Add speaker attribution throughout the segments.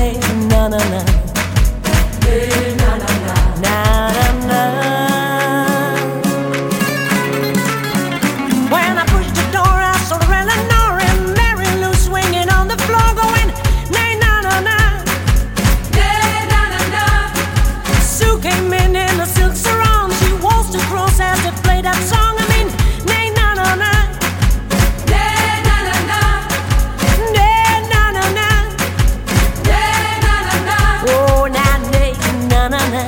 Speaker 1: na na na. Na na na. When I pushed the door, I saw Eleanor and Mary Lou swinging on the floor, going na na na na. Sue came in in a silk sarong. She waltzed across as they played that song. I mean, nay, na na na, nay, na na na, oh na nay, na na na, na na na.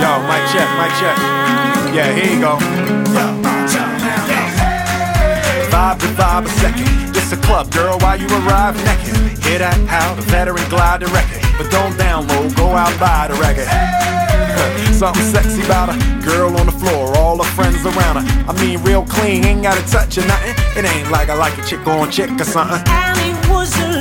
Speaker 2: Yo, mic check, mic check. Yeah, here you go. Vibe to vibe a second. This a club, girl, while you arrive naked. Hear that how the veteran glide the record. But don't download, go out buy the record. Something sexy about a girl on the floor, all her friends around her. I mean, real clean, ain't got a touch or nothing. It ain't like I like a chick on chick or something.
Speaker 1: And it was a Oh, Oh, oh,